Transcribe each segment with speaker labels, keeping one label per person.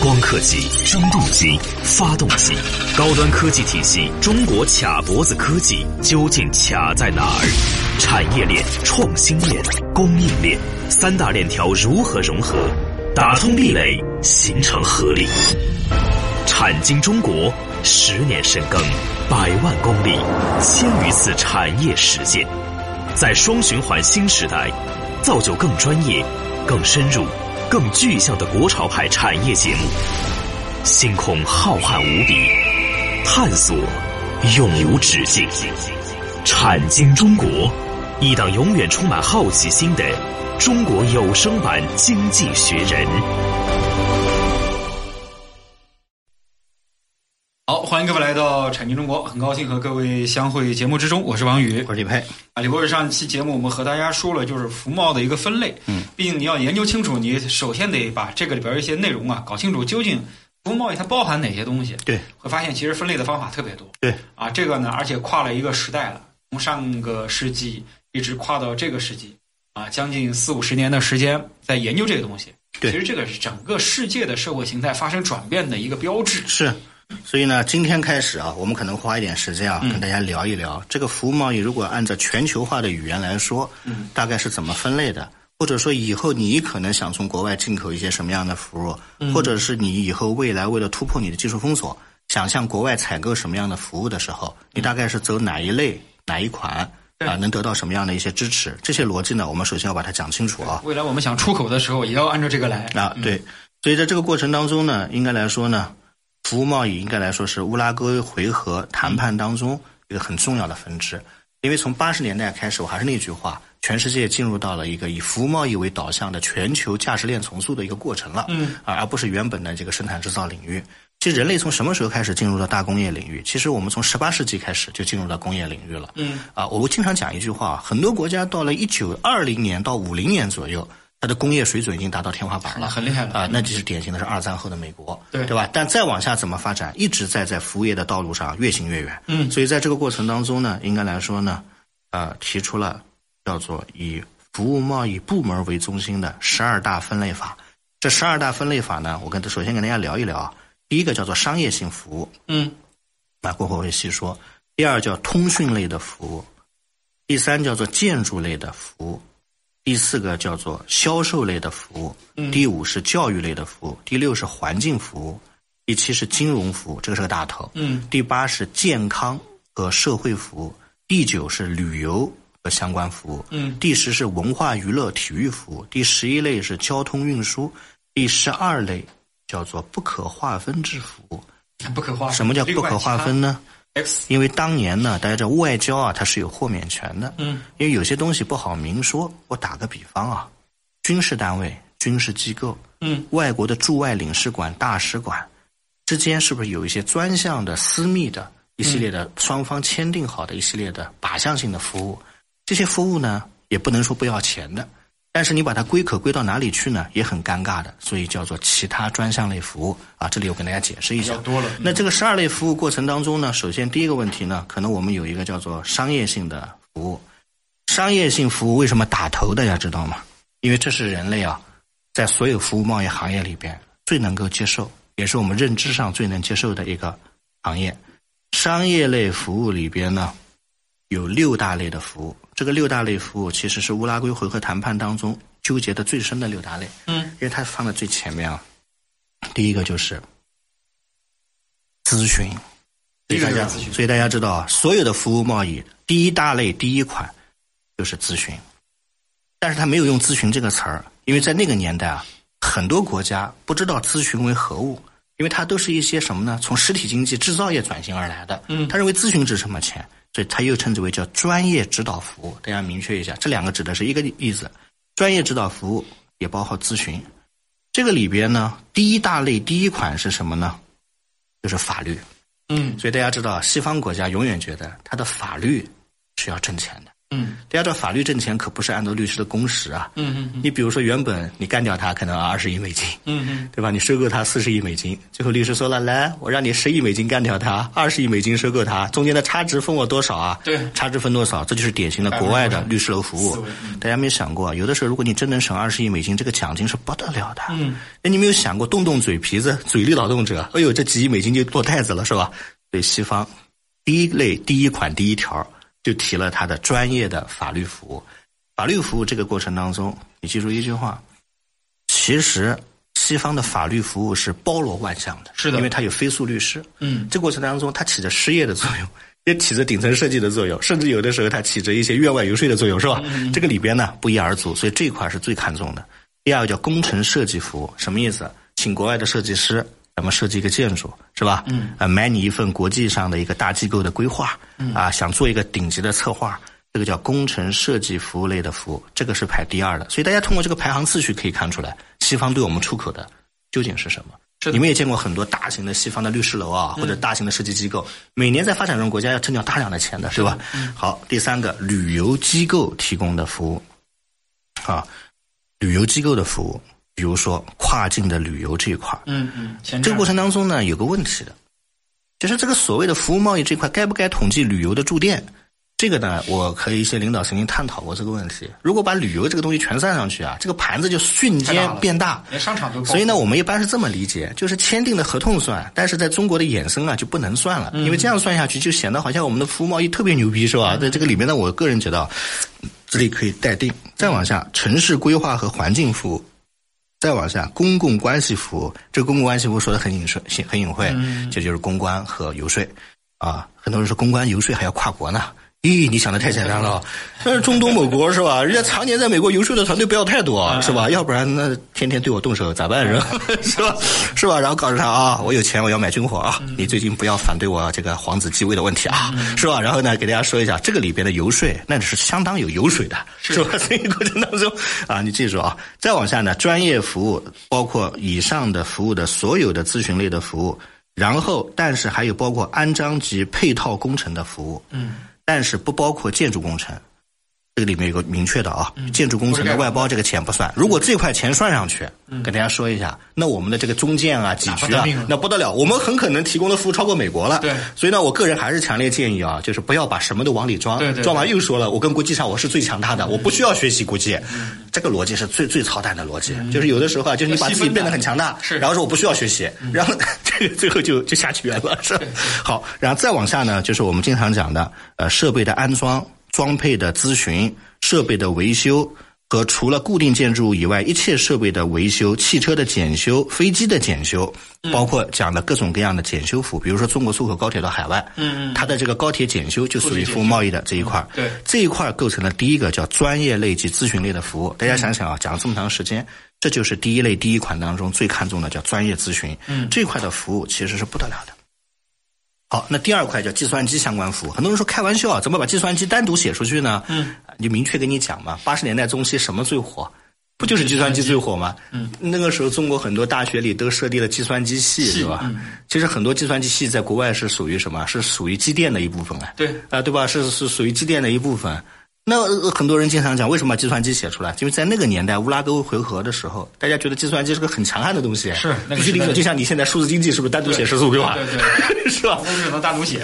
Speaker 1: 光刻机、蒸镀机、发动机，高端科技体系，中国卡脖子科技究竟卡在哪儿？产业链、创新链、供应链三大链条如何融合，打通壁垒，形成合力？产经中国十年深耕，百万公里，千余次产业实践，在双循环新时代，造就更专业、更深入、更具象的国潮派产业节目。星空浩瀚无比，探索永无止境。产经中国，一档永远充满好奇心的中国有声版《经济学人》。
Speaker 2: 好，欢迎各位来到《产经中国》，很高兴和各位相会节目之中，我是王宇。
Speaker 3: 我是李佩，
Speaker 2: 啊，李博士，上期节目我们和大家说了，就是服贸的一个分类。
Speaker 3: 嗯，
Speaker 2: 毕竟你要研究清楚，你首先得把这个里边儿一些内容啊搞清楚，究竟服务贸易它包含哪些东西。
Speaker 3: 对，
Speaker 2: 会发现其实分类的方法特别多。
Speaker 3: 对，
Speaker 2: 啊，这个呢，而且跨了一个时代了，从上个世纪一直跨到这个世纪，啊，将近四五十年的时间在研究这个东西。
Speaker 3: 对
Speaker 2: 其实这个是整个世界的社会形态发生转变的一个标志。
Speaker 3: 是。所以呢，今天开始啊，我们可能花一点时间啊，
Speaker 2: 嗯
Speaker 3: 跟大家聊一聊这个服务贸易，如果按照全球化的语言来说，
Speaker 2: 嗯，
Speaker 3: 大概是怎么分类的？或者说以后你可能想从国外进口一些什么样的服务，
Speaker 2: 嗯
Speaker 3: 或者是你以后未来为了突破你的技术封锁，想向国外采购什么样的服务的时候，你大概是走哪一类、哪一款
Speaker 2: 嗯对
Speaker 3: 啊、能得到什么样的一些支持？这些逻辑呢，我们首先要把它讲清楚啊。
Speaker 2: 未来我们想出口的时候，也要按照这个来。嗯
Speaker 3: 啊，对，所以在这个过程当中呢，应该来说呢，服务贸易应该来说是乌拉圭回合谈判当中一个很重要的分支。因为从八十年代开始，我还是那句话，全世界进入到了一个以服务贸易为导向的全球价值链重塑的一个过程了，
Speaker 2: 嗯，
Speaker 3: 啊，而不是原本的这个生产制造领域。其实人类从什么时候开始进入到大工业领域？其实我们从十八世纪开始就进入到工业领域了，
Speaker 2: 嗯，
Speaker 3: 啊，我经常讲一句话，很多国家到了一九二零年到五零年左右，它的工业水准已经达到天花板
Speaker 2: 那
Speaker 3: 了。
Speaker 2: 很厉害了
Speaker 3: 啊、那就是典型的是二战后的美国，
Speaker 2: 对
Speaker 3: 对吧？但再往下怎么发展，一直在在服务业的道路上越行越远。
Speaker 2: 嗯
Speaker 3: 所以在这个过程当中呢，应该来说呢，呃，提出了叫做以服务贸易部门为中心的十二大分类法。这十二大分类法呢，我跟首先跟大家聊一聊啊。第一个叫做商业性服务，
Speaker 2: 嗯
Speaker 3: 啊，过后会细说。第二叫通讯类的服务，第三叫做建筑类的服务，第四个叫做销售类的服务，
Speaker 2: 嗯
Speaker 3: 第五是教育类的服务，第六是环境服务，第七是金融服务，这个是个大头。
Speaker 2: 嗯，
Speaker 3: 第八是健康和社会服务，第九是旅游和相关服务，
Speaker 2: 嗯，
Speaker 3: 第十是文化娱乐体育服务，第十一类是交通运输，第十二类叫做不可划分制服务。
Speaker 2: 不可划分。
Speaker 3: 什么叫不可划分呢？
Speaker 2: ？X
Speaker 3: 因为当年呢，大家知道外交啊，它是有豁免权的。
Speaker 2: 嗯，
Speaker 3: 因为有些东西不好明说。我打个比方啊，军事单位、军事机构，
Speaker 2: 嗯，
Speaker 3: 外国的驻外领事馆、大使馆之间，是不是有一些专项的、私密的一系列的双方签订好的一系列的靶向性的服务？这些服务呢，也不能说不要钱的。但是你把它归可归到哪里去呢？也很尴尬的，所以叫做其他专项类服务啊。这里我跟大家解释一
Speaker 2: 比
Speaker 3: 下
Speaker 2: 较，多了。
Speaker 3: 那这个十二类服务过程当中呢，首先第一个问题呢，可能我们有一个叫做商业性的服务。商业性服务为什么打头？大家知道吗？因为这是人类啊，在所有服务贸易行业里边最能够接受，也是我们认知上最能接受的一个行业。商业类服务里边呢，有六大类的服务。这个六大类服务其实是乌拉圭回合谈判当中纠结的最深的六大类，
Speaker 2: 嗯，
Speaker 3: 因为它放在最前面啊。第一个就是咨询，所以大
Speaker 2: 第一
Speaker 3: 家
Speaker 2: 个就是咨询
Speaker 3: 所以大家知道啊，所有的服务贸易第一大类第一款就是咨询，但是他没有用咨询这个词儿，因为在那个年代啊，很多国家不知道咨询为何物，因为它都是一些什么呢？从实体经济制造业转型而来的，嗯，他认为咨询值什么钱，所以他又称之为叫专业指导服务。大家明确一下，这两个指的是一个意思，专业指导服务也包括咨询。这个里边呢，第一大类第一款是什么呢？就是法律。
Speaker 2: 嗯
Speaker 3: 所以大家知道，西方国家永远觉得它的法律是要挣钱的，
Speaker 2: 嗯
Speaker 3: 大家知道法律挣钱可不是按照律师的工时啊。
Speaker 2: 嗯嗯
Speaker 3: 你比如说，原本你干掉他可能二十亿美金，
Speaker 2: 嗯嗯，
Speaker 3: 对吧？你收购他四十亿美金，最后律师说了，来，我让你十亿美金干掉他，二十亿美金收购他，中间的差值分我多少啊？
Speaker 2: 对
Speaker 3: 差值分多少？这就是典型的国外的律师楼服
Speaker 2: 思
Speaker 3: 务
Speaker 2: 维。
Speaker 3: 大家没想过，啊有的时候如果你真能省二十亿美金，这个奖金是不得了的。
Speaker 2: 嗯，
Speaker 3: 哎，你没有想过，动动嘴皮子，嘴力劳动者，哎呦，这几亿美金就落袋子了，是吧？对，西方第一类第一款第一条就提了他的专业的法律服务。法律服务这个过程当中，你记住一句话，其实西方的法律服务是包罗万象的，
Speaker 2: 是的
Speaker 3: 因为它有非诉律师，
Speaker 2: 嗯
Speaker 3: 这过程当中它起着失业的作用， 也起着顶层设计的作用，甚至有的时候它起着一些院外游说的作用，是吧？这个里边呢不一而足，所以这一块是最看重的。第二个叫工程设计服务，什么意思？请国外的设计师，咱们设计一个建筑，是吧？嗯，呃，买你一份国际上的一个大机构的规划，嗯、啊，想做一个顶级的策划，这个叫工程设计服务类的服务，这个是排第二的。所以大家通过这个排行次序可以看出来，西方对我们出口的究竟是什么？
Speaker 2: 是的嗯
Speaker 3: 你们也见过很多大型的西方的律师楼啊，或者大型的设计机构，每年在发展中国家要挣掉大量的钱的，是吧？
Speaker 2: 嗯
Speaker 3: 好，第三个旅游机构提供的服务，啊，旅游机构的服务，比如说跨境的旅游这一块儿，
Speaker 2: 嗯嗯，前
Speaker 3: 这个过
Speaker 2: 程
Speaker 3: 程当中呢，有个问题的，就是这个所谓的服务贸易这块，该不该统计旅游的驻店？这个呢，我和一些领导曾经探讨过这个问题。如果把旅游这个东西全算上去啊，这个盘子就瞬
Speaker 2: 太
Speaker 3: 间
Speaker 2: 大了
Speaker 3: 变大。
Speaker 2: 连商场都包
Speaker 3: 所以呢，我们一般是这么理解，就是签订的合同算，但是在中国的衍生啊就不能算了，因为这样算下去就显得好像我们的服务贸易特别牛逼，是吧？在这个里面呢，我个人觉得啊这里可以待定。再往下，城市规划和环境服务。再往下，公共关系服务，这个公共关系服务说的很隐晦，很隐晦，这就是公关和游说啊。很多人说公关游说还要跨国呢，咦，你想的太简单了。但是中东某国是吧？人家常年在美国游说的团队不要太多是吧？要不然那天天对我动手咋办？是吧？ 是吧？是吧？然后告诉他啊，我有钱，我要买军火啊，你最近不要反对我这个皇子继位的问题啊，是吧？然后呢，给大家说一下，这个里边的游说那是相当有油水的，是吧？ 所以过程当中啊，你记住啊，再往下呢，专业服务包括以上的服务的所有的咨询类的服务，然后但是还有包括安装及配套工程的服务，嗯，但是不包括建筑工程。这个里面有个明确的啊，建筑工程的外包这个钱不算。如果这块钱算上去，跟大家说一下，嗯那我们的这个中建啊、几局
Speaker 2: 那不得
Speaker 3: 啊
Speaker 2: 命了，
Speaker 3: 那不得了，我们很可能提供的服务超过美国了。
Speaker 2: 对
Speaker 3: 所以呢，我个人还是强烈建议啊，就是不要把什么都往里装，
Speaker 2: 对对对
Speaker 3: 装完又说了，我跟国际上我是最强大的，我不需要学习国际，这个逻辑是最最操蛋的逻辑。就是有的时候啊，就是你把自己变得很强大，
Speaker 2: 是
Speaker 3: 然后说我不需要学习，然后 这个最后就就下去圆了，是吧好，然后再往下呢，就是我们经常讲的呃设备的安装、装配的咨询、设备的维修。和除了固定建筑物以外，一切设备的维修、汽车的检修、飞机的检修，包括讲的各种各样的检修服务，比如说中国出口高铁到海外，嗯，它的这个高铁检修就属于服务贸易的这一块儿
Speaker 2: 对
Speaker 3: 这一块儿构成了第一个叫专业类及咨询类的服务。大家想想啊，讲了这么长时间，这就是第一类第一款当中最看重的叫专业咨询。嗯，这块的服务其实是不得了的。好，那第二块叫计算机相关服务。很多人说开玩笑啊，怎么把计算机单独写出去呢？嗯，就明确跟你讲嘛，八十年代中期什么最火？不就是计算机最火吗？嗯，那个时候中国很多大学里都设立了计算机系，嗯是吧？其实很多计算机系在国外是属于什么？是属于机电的一部分啊。
Speaker 2: 对
Speaker 3: 啊、对吧？是是属于机电的一部分。那、呃很多人经常讲，为什么把计算机写出来？因为在那个年代乌拉圭回合的时候，大家觉得计算机是个很强悍的东西，
Speaker 2: 是那个
Speaker 3: 必须
Speaker 2: 时代
Speaker 3: 理解。就像你现在数字经济是不是单独写十四五六啊？
Speaker 2: 对对
Speaker 3: 是吧
Speaker 2: 我？们只能单独 写，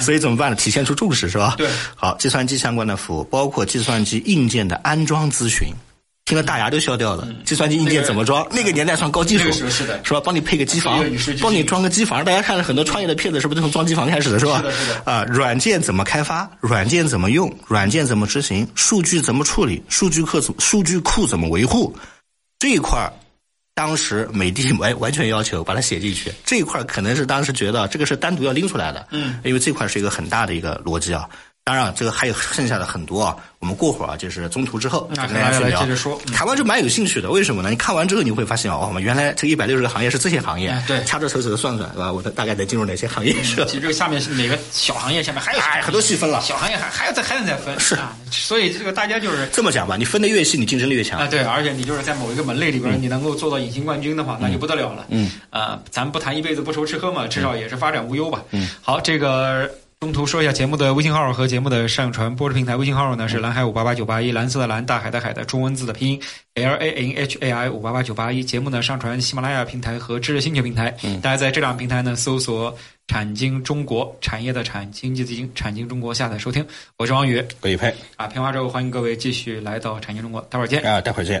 Speaker 3: 所以怎么办呢？体现出重视是吧？
Speaker 2: 对
Speaker 3: 好，计算机相关的服务，包括计算机硬件的安装咨询。听了大牙都笑掉了，计算机硬件怎么装？那个年代算高技术，
Speaker 2: 嗯那个时候是的
Speaker 3: 吧？帮你配个机房
Speaker 2: 这个与时俱，进
Speaker 3: 帮你装个机房。大家看了很多创业的片子，是不是都从装机房开始的，是吧？
Speaker 2: 是的是的
Speaker 3: 啊、软件怎么开发？软件怎么用？软件怎么执行？数据怎么处理？数据库怎数据库怎么维护？这一块儿当时美的完完全要求把它写进去，这一块儿可能是当时觉得这个是单独要拎出来的，嗯，因为这块儿是一个很大的一个逻辑啊。当然，这个还有剩下的很多啊，我们过会儿啊，就是中途之后
Speaker 2: 那
Speaker 3: 跟大家去
Speaker 2: 来
Speaker 3: 聊。
Speaker 2: 接着说嗯
Speaker 3: 看完就蛮有兴趣的，为什么呢？你看完之后你会发现哦，我们原来这一百六十个行业是这些行业
Speaker 2: 哎，对
Speaker 3: 掐着手指头算算，对吧？我大概能进入哪些行业是吧？
Speaker 2: 其实这个下面每个小行业下面还有
Speaker 3: 哎，很多细分了。
Speaker 2: 小行业还还要再还得再分，
Speaker 3: 是
Speaker 2: 啊，所以这个大家就是
Speaker 3: 这么讲吧，你分的越细，你竞争力越强。
Speaker 2: 啊，对，而且你就是在某一个门类里边，你能够做到隐形冠军的话，那就不得啊了了。嗯，呃，咱不谈一辈子不愁吃喝嘛，至少也是发展无忧吧。嗯，好，这个中途说一下节目的微信号和节目的上传播出平台。微信号呢是蓝海五八八九八一，蓝色的蓝，大海的海的中文字的拼音 L A N H A I 五八八九八一。节目呢上传喜马拉雅平台和知识星球平台，大家在这两个平台呢搜索“产经中国”，产业的产，经济的经，产经中国下载收听。我是王宇
Speaker 3: 我一拍
Speaker 2: 啊，片花之后欢迎各位继续来到产经中国，待会儿见。
Speaker 3: 啊，待会儿见。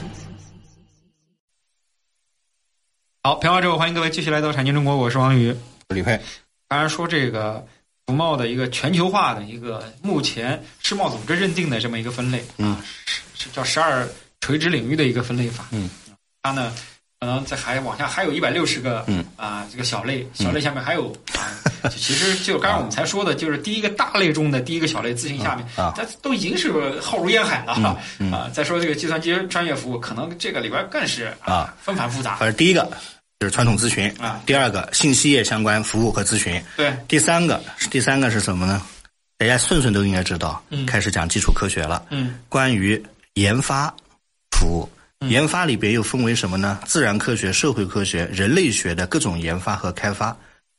Speaker 2: 好，片花之后欢迎各位继续来到产经中国，我是王宇。
Speaker 3: 我是李佩，
Speaker 2: 当然说这个服贸的一个全球化的一个目前世贸组织认定的这么一个分类，
Speaker 3: 嗯
Speaker 2: 啊，是是叫十二垂直领域的一个分类法，
Speaker 3: 嗯，
Speaker 2: 它呢可能在还往下还有一百六十个，
Speaker 3: 嗯
Speaker 2: 啊，这个小类，小类下面还有啊，就其实就刚才我们才说的，就是第一个大类中的第一个小类自行下面，
Speaker 3: 啊
Speaker 2: 它都已经是浩如烟海了
Speaker 3: 嗯
Speaker 2: 啊啊！再说这个计算机专业服务，可能这个里边更是
Speaker 3: 啊
Speaker 2: 纷繁复杂，
Speaker 3: 反正第一个就是传统咨询
Speaker 2: 啊
Speaker 3: 第二个信息业相关服务和咨询，
Speaker 2: 对，
Speaker 3: 第三个是第三个是什么呢？大家顺顺都应该知道，
Speaker 2: 嗯
Speaker 3: 开始讲基础科学了。
Speaker 2: 嗯
Speaker 3: 关于研发服务，研发里边又分为什么呢？自然科学、社会科学、人类学的各种研发和开发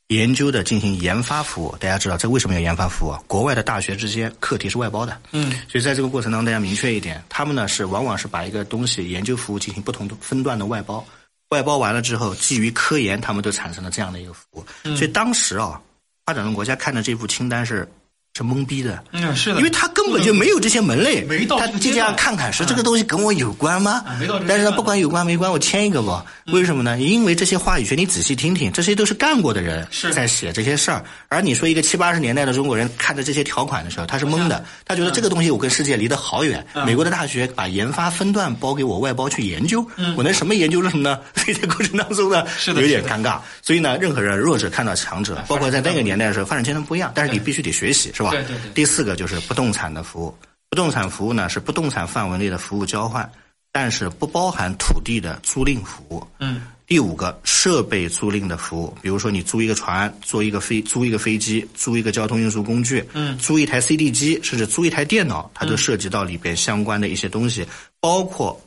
Speaker 3: 研究的进行研发服务。大家知道这为什么有研发服务啊？国外的大学之间课题是外包的，
Speaker 2: 嗯，
Speaker 3: 所以在这个过程当中，大家明确一点，他们呢是往往是把一个东西研究服务进行不同的分段的外包，外包完了之后，基于科研，他们都产生了这样的一个服务。所以当时啊，发展中国家看着这部清单是是懵逼的，
Speaker 2: 嗯是的，嗯
Speaker 3: 因为他根本就没有这些门类，
Speaker 2: 没到
Speaker 3: 他
Speaker 2: 这个
Speaker 3: 就
Speaker 2: 阶
Speaker 3: 这
Speaker 2: 段嗯
Speaker 3: 样看看，说这个东西跟我有关吗
Speaker 2: 啊没到这个阶段？嗯
Speaker 3: 但是呢，不管有关没关，我签一个吧。为什么呢？因为这些话语权，你仔细听听，这些都是干过的人
Speaker 2: 是
Speaker 3: 在写这些事儿。而你说一个七八十年代的中国人看着这些条款的时候，他是懵
Speaker 2: 嗯
Speaker 3: 的，他觉得这个东西我跟世界离得好远。美国的大学把研发分段包给我外包去研究，我能什么研究什么呢？ 所以在过程当中呢，
Speaker 2: 嗯是的
Speaker 3: 有点
Speaker 2: 是的
Speaker 3: 尴尬。所以呢，任何人弱者看到强者，包括在那个年代的时候，发展阶段不一样，但是你必须得学习，是吧？
Speaker 2: 对对对
Speaker 3: 第四个就是不动产的服务，不动产服务呢是不动产范围内的服务交换，但是不包含土地的租赁服务。
Speaker 2: 嗯。
Speaker 3: 第五个，设备租赁的服务，比如说你租一个船，租一个飞，租一个飞机，租一个交通运输工具，
Speaker 2: 嗯
Speaker 3: 租一台 CD 机，甚至租一台电脑，它都涉及到里边相关的一些东西，包括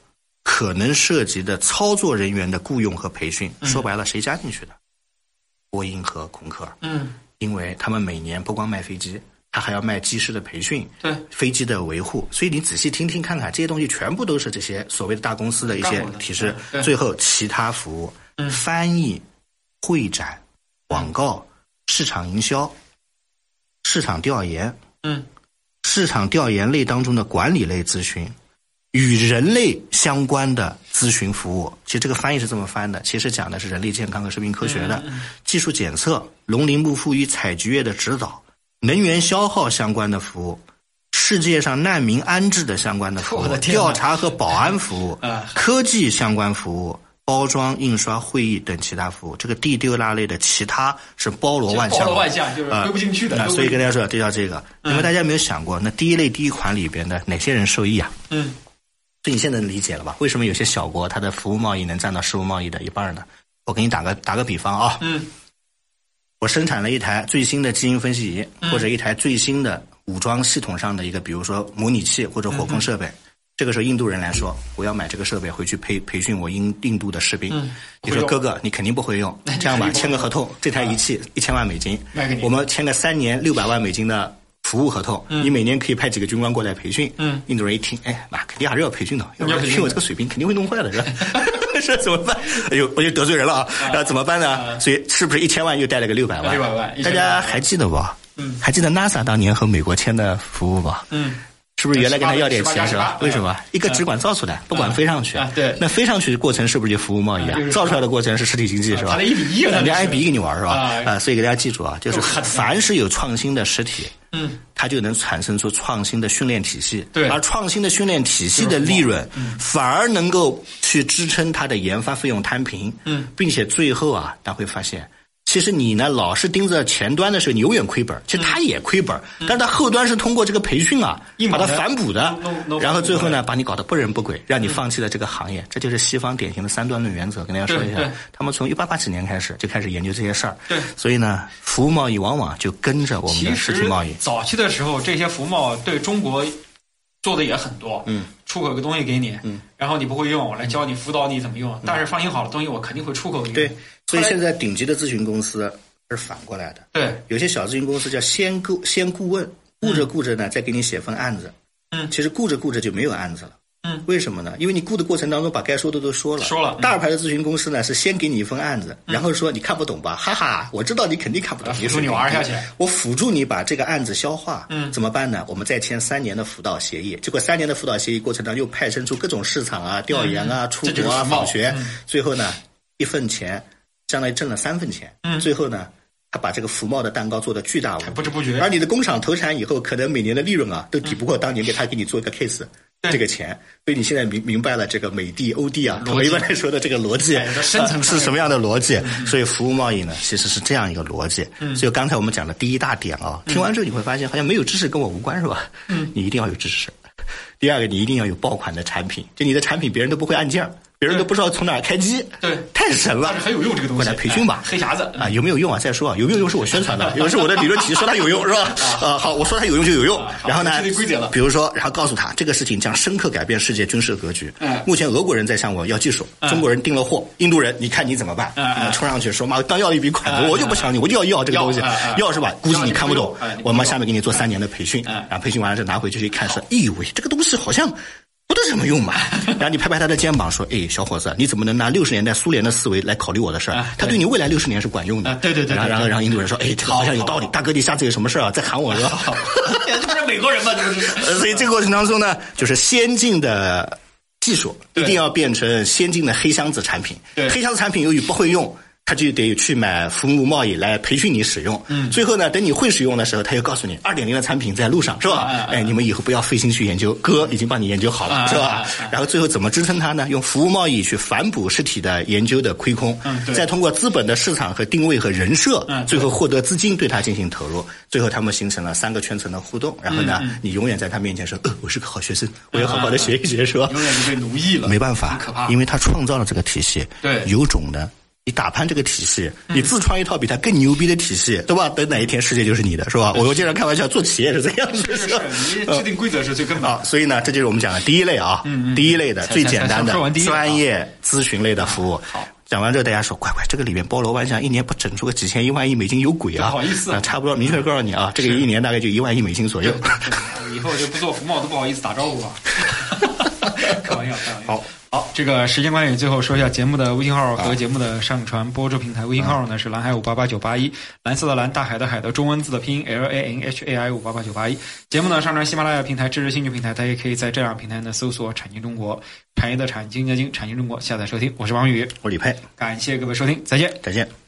Speaker 3: 可能涉及的操作人员的雇佣和培训。说白了，谁加进去的？波音和空客。
Speaker 2: 嗯
Speaker 3: 因为他们每年不光卖飞机，他还要卖机师的培训，
Speaker 2: 对
Speaker 3: 飞机的维护。所以你仔细听听看看，这些东西全部都是这些所谓的大公司的一
Speaker 2: 干
Speaker 3: 些
Speaker 2: 过的
Speaker 3: 提示
Speaker 2: 对。对嗯
Speaker 3: 最后，其他服务、翻译、会展、广告、市场营销、市场调研、
Speaker 2: 嗯
Speaker 3: 市场调研类当中的管理类咨询，与人类相关的咨询服务。其实这个翻译是这么翻的，其实讲的是人类健康和生命科学的、
Speaker 2: 嗯
Speaker 3: 技术检测、农林牧副与采集业的指导、能源消耗相关的服务。世界上难民安置的相关的服
Speaker 2: 我
Speaker 3: 务，
Speaker 2: 的天哪
Speaker 3: 调查和保安服务
Speaker 2: 啊，
Speaker 3: 科技相关服务，包装、印刷、会议等其他服务。这个第六大类的其他是包罗万象的，
Speaker 2: 包罗万象就是
Speaker 3: 啊
Speaker 2: 归不进去的
Speaker 3: 那
Speaker 2: 都嗯
Speaker 3: 所以
Speaker 2: 归
Speaker 3: 跟大家说，就啊叫这个。那么大家有没有想过，那第一类第一款里边的哪些人受益啊？
Speaker 2: 嗯
Speaker 3: 所以你现在能理解了吧？为什么有些小国它的服务贸易能占到实物贸易的一半呢？我给你打个打个比方啊，
Speaker 2: 嗯
Speaker 3: 我生产了一台最新的基因分析仪，
Speaker 2: 嗯
Speaker 3: 或者一台最新的武装系统上的一个，比如说模拟器或者火
Speaker 2: 嗯
Speaker 3: 控设备。这个时候，印度人来说，我要买这个设备回去培培训我印印度的士兵。你
Speaker 2: 嗯
Speaker 3: 说
Speaker 2: 会用
Speaker 3: 哥哥，你肯定不会用，
Speaker 2: 你
Speaker 3: 这样吧，
Speaker 2: 肯定不会
Speaker 3: 签个合同，这台仪器一千万美金
Speaker 2: 啊卖给你，
Speaker 3: 我们签个三年六百万美金的服务合同，你每年可以派几个军官过来培训。
Speaker 2: 嗯
Speaker 3: 印度人一听，哎妈，肯定还是要培训的，要不
Speaker 2: 要
Speaker 3: 然
Speaker 2: 培训
Speaker 3: 凭我
Speaker 2: 的
Speaker 3: 这个水平肯定会弄坏的，是吧？ 这怎么办？哎呦，我就得罪人了啊！然后怎么办呢？所以是不是一千万又带了个六百万？
Speaker 2: 600万
Speaker 3: 大家还记得不？
Speaker 2: 嗯
Speaker 3: 还记得 NASA 当年和美国签的服务吧？
Speaker 2: 嗯，
Speaker 3: 是不是原来跟他要点钱是吧
Speaker 2: 18？
Speaker 3: 为什么？一个只管造出来，不管飞上去
Speaker 2: 啊对
Speaker 3: 那飞上去的过程是不是就服务贸易
Speaker 2: 啊
Speaker 3: 啊
Speaker 2: 就是？
Speaker 3: 造出来的过程是实体经济是
Speaker 2: 啊
Speaker 3: 吧？
Speaker 2: 它得一比一啊
Speaker 3: 人
Speaker 2: 它得
Speaker 3: 家按
Speaker 2: 是
Speaker 3: 比一给你玩是吧？
Speaker 2: 啊哎
Speaker 3: 啊，所以给大家记住啊，就是
Speaker 2: 就很
Speaker 3: 凡是有创新的实体，
Speaker 2: 嗯，
Speaker 3: 它就能产生出创新的训练体系。
Speaker 2: 对
Speaker 3: 而创新的训练体系的利润，
Speaker 2: 嗯
Speaker 3: 反而能够去支撑它的研发费用摊平。
Speaker 2: 嗯，
Speaker 3: 并且最后啊，大家会发现。其实你呢老是盯着前端的时候，你永远亏本儿。
Speaker 2: 嗯
Speaker 3: 其实他也亏本儿，但是他后端是通过这个培训啊
Speaker 2: 硬，把
Speaker 3: 把它
Speaker 2: 它
Speaker 3: 反哺的
Speaker 2: 弄弄弄，
Speaker 3: 然后最后呢把你搞得不人不
Speaker 2: 嗯
Speaker 3: 鬼，让你放弃了这个行业。这就是西方典型的三段论原则，跟大家说一下
Speaker 2: 对对。
Speaker 3: 他们从一八八几年开始就开始研究这些事儿，
Speaker 2: 对
Speaker 3: 所以呢，服务贸易往往就跟着我们
Speaker 2: 其
Speaker 3: 的实体
Speaker 2: 实
Speaker 3: 贸易。
Speaker 2: 早期的时候，这些服贸对中国做的也很多，
Speaker 3: 嗯，
Speaker 2: 出口一个东西给你，
Speaker 3: 嗯，
Speaker 2: 然后你不会用，我来教你辅导你怎么用。但是放心好了，东西我肯定会出口给你。
Speaker 3: 对，所
Speaker 2: 嗯后
Speaker 3: 以
Speaker 2: 来
Speaker 3: 现在顶级的咨询公司是反过来的，
Speaker 2: 对，
Speaker 3: 有些小咨询公司叫先顾先顾问，顾着顾着呢，再给你写份案子。
Speaker 2: 嗯
Speaker 3: 其实顾着顾着就没有案子了。
Speaker 2: 嗯，
Speaker 3: 为什么呢？因为你顾的过程当中把该说的都说了。
Speaker 2: 说了嗯嗯
Speaker 3: 大牌的咨询公司呢是先给你一份案子，然后说你看不懂吧，哈哈，我知道你肯定看不懂，
Speaker 2: 啊辅助你玩下去
Speaker 3: 我辅助你把这个案子消化。
Speaker 2: 嗯
Speaker 3: 怎么办呢？我们再签三年的辅导协议，结果三年的辅导协议过程当中又派生出各种市场啊、调研啊、出
Speaker 2: 嗯这就
Speaker 3: 国
Speaker 2: 是
Speaker 3: 啊、
Speaker 2: 服贸
Speaker 3: 访学
Speaker 2: 嗯，
Speaker 3: 最后呢一份钱相当于挣了三份钱。
Speaker 2: 嗯
Speaker 3: 最后呢。他把这个福茂的蛋糕做得巨大无比，
Speaker 2: 不知不觉嗯
Speaker 3: 而你的工厂投产以后，可能每年的利润啊，都抵不过当年给他给你做一个 case、
Speaker 2: 对
Speaker 3: 这个钱。所以你现在明明白了这个美的、欧的啊，
Speaker 2: 逻辑
Speaker 3: 我们一般来说的这个逻辑
Speaker 2: 哎这深层
Speaker 3: 啊
Speaker 2: 次嗯
Speaker 3: 是什么样的逻辑？所以服务贸易呢，其实是这样一个逻辑。所以刚才我们讲的第一大点啊，听完
Speaker 2: 嗯
Speaker 3: 之后你会发现，好像没有知识跟我无关是吧？嗯， 你一定要有知识。第二个，你一定要有爆款的产品，就你的产品别人都不会按键儿，别人都不知道从哪儿开机，
Speaker 2: 对
Speaker 3: 太神了，
Speaker 2: 但是很有用这个东西
Speaker 3: 过来培训吧，
Speaker 2: 哎黑匣子嗯
Speaker 3: 啊，有没有用啊？再说啊，有没有用是我宣传的， 有是我的理论体系说它有用是吧？啊，好，我说它有用就有用
Speaker 2: 啊。好
Speaker 3: 然后呢
Speaker 2: 我确定规则了，
Speaker 3: 比如说，然后告诉他这个事情将深刻改变世界军事格局
Speaker 2: 嗯。
Speaker 3: 目前俄国人在向我要技术，中国人订了货，印度人你看你怎么办？
Speaker 2: 嗯嗯
Speaker 3: 啊冲上去说妈，刚要了一笔款
Speaker 2: 嗯
Speaker 3: 子，我就不抢你，我就要要这个东西
Speaker 2: 要嗯嗯，
Speaker 3: 要是吧？估计
Speaker 2: 要你
Speaker 3: 你看不
Speaker 2: 不
Speaker 3: 懂
Speaker 2: 用哎你，不
Speaker 3: 我们
Speaker 2: 用
Speaker 3: 下面给你做三年的培训，
Speaker 2: 嗯
Speaker 3: 然后培训完了之后拿回去一看是，哎呦喂，这个东西好像。不得什么用嘛？然后你拍拍他的肩膀说：“哎，小伙子，你怎么能拿六十年代苏联的思维来考虑我的事儿
Speaker 2: 啊？
Speaker 3: 他对你未来六十年是管用的。
Speaker 2: 啊对对对对
Speaker 3: 然后然后
Speaker 2: 对
Speaker 3: 然后印度人说：“哎，这个好像有
Speaker 2: 好
Speaker 3: 道理。大哥，你下次有什么事儿啊，再喊我是吧？”
Speaker 2: 这不是美国人吗？这不是。
Speaker 3: 呃 所以这个过程当中呢，就是先进的技术
Speaker 2: 对
Speaker 3: 一定要变成先进的黑箱子产品。
Speaker 2: 对
Speaker 3: 黑箱子产品由于不会用。他就得去买服务贸易来培训你使用，嗯，最后呢，等你会使用的时候，他又告诉你，二点零的产品在路上，是吧？
Speaker 2: 啊啊
Speaker 3: 哎，你们以后不要费心去研究，哥已经帮你研究好了，
Speaker 2: 啊啊
Speaker 3: 是吧？
Speaker 2: 啊啊
Speaker 3: 然后最后怎么支撑它呢？用服务贸易去反哺实体的研究的亏空，
Speaker 2: 嗯对
Speaker 3: 再通过资本的市场和定位和人设，
Speaker 2: 嗯对
Speaker 3: 最后获得资金对它进行投入，最后他们形成了三个圈层的互动，然后呢，
Speaker 2: 嗯
Speaker 3: 你永远在他面前说，呃，我是个好学生，我要好好的学一学，是吧？
Speaker 2: 永远就被奴役了，
Speaker 3: 没
Speaker 2: 嗯
Speaker 3: 办
Speaker 2: 很
Speaker 3: 法
Speaker 2: 可怕，
Speaker 3: 因为他创造了这个体系，
Speaker 2: 对嗯
Speaker 3: 有种的。你打攀这个体系，你自创一套比他更牛逼的体系，对吧？等哪一天世界就是你的，是吧？我经常开玩笑，做企业是这样子，
Speaker 2: 是是
Speaker 3: 吧
Speaker 2: 是，你
Speaker 3: 嗯
Speaker 2: 制定规则是最根本
Speaker 3: 啊，
Speaker 2: 的。
Speaker 3: 所以呢，这就是我们讲的第一类啊，
Speaker 2: 嗯
Speaker 3: 第一类的
Speaker 2: 才
Speaker 3: 最简单
Speaker 2: 才才
Speaker 3: 的
Speaker 2: 说完第一类啊
Speaker 3: 专业咨询类的服务。讲完之后，大家说：“快快，这个里面包罗万象，一年不整出个几千一万亿美金有鬼啊！”
Speaker 2: 不好意思啊
Speaker 3: 啊差不多明确告诉你啊，这个一年大概就一万亿美金 左右。
Speaker 2: 以后就不做服贸都不好意思打招呼 了。开玩笑，开玩笑。
Speaker 3: 好，
Speaker 2: 好，这个时间关系，最后说一下节目的微信号和节目的上传播出平台。微信号呢是蓝海五八八九八一，蓝色的蓝，大海的海的中文字的拼音 L A N H A I 五八八九八一。节目呢上传喜马拉雅平台、知识星球平台，大家也可以在这两个平台呢搜索“产经中国”，产业的产，经济的经，产经中国下载收听。我是王宇，
Speaker 3: 我李佩，
Speaker 2: 感谢各位收听，再见。
Speaker 3: 再见。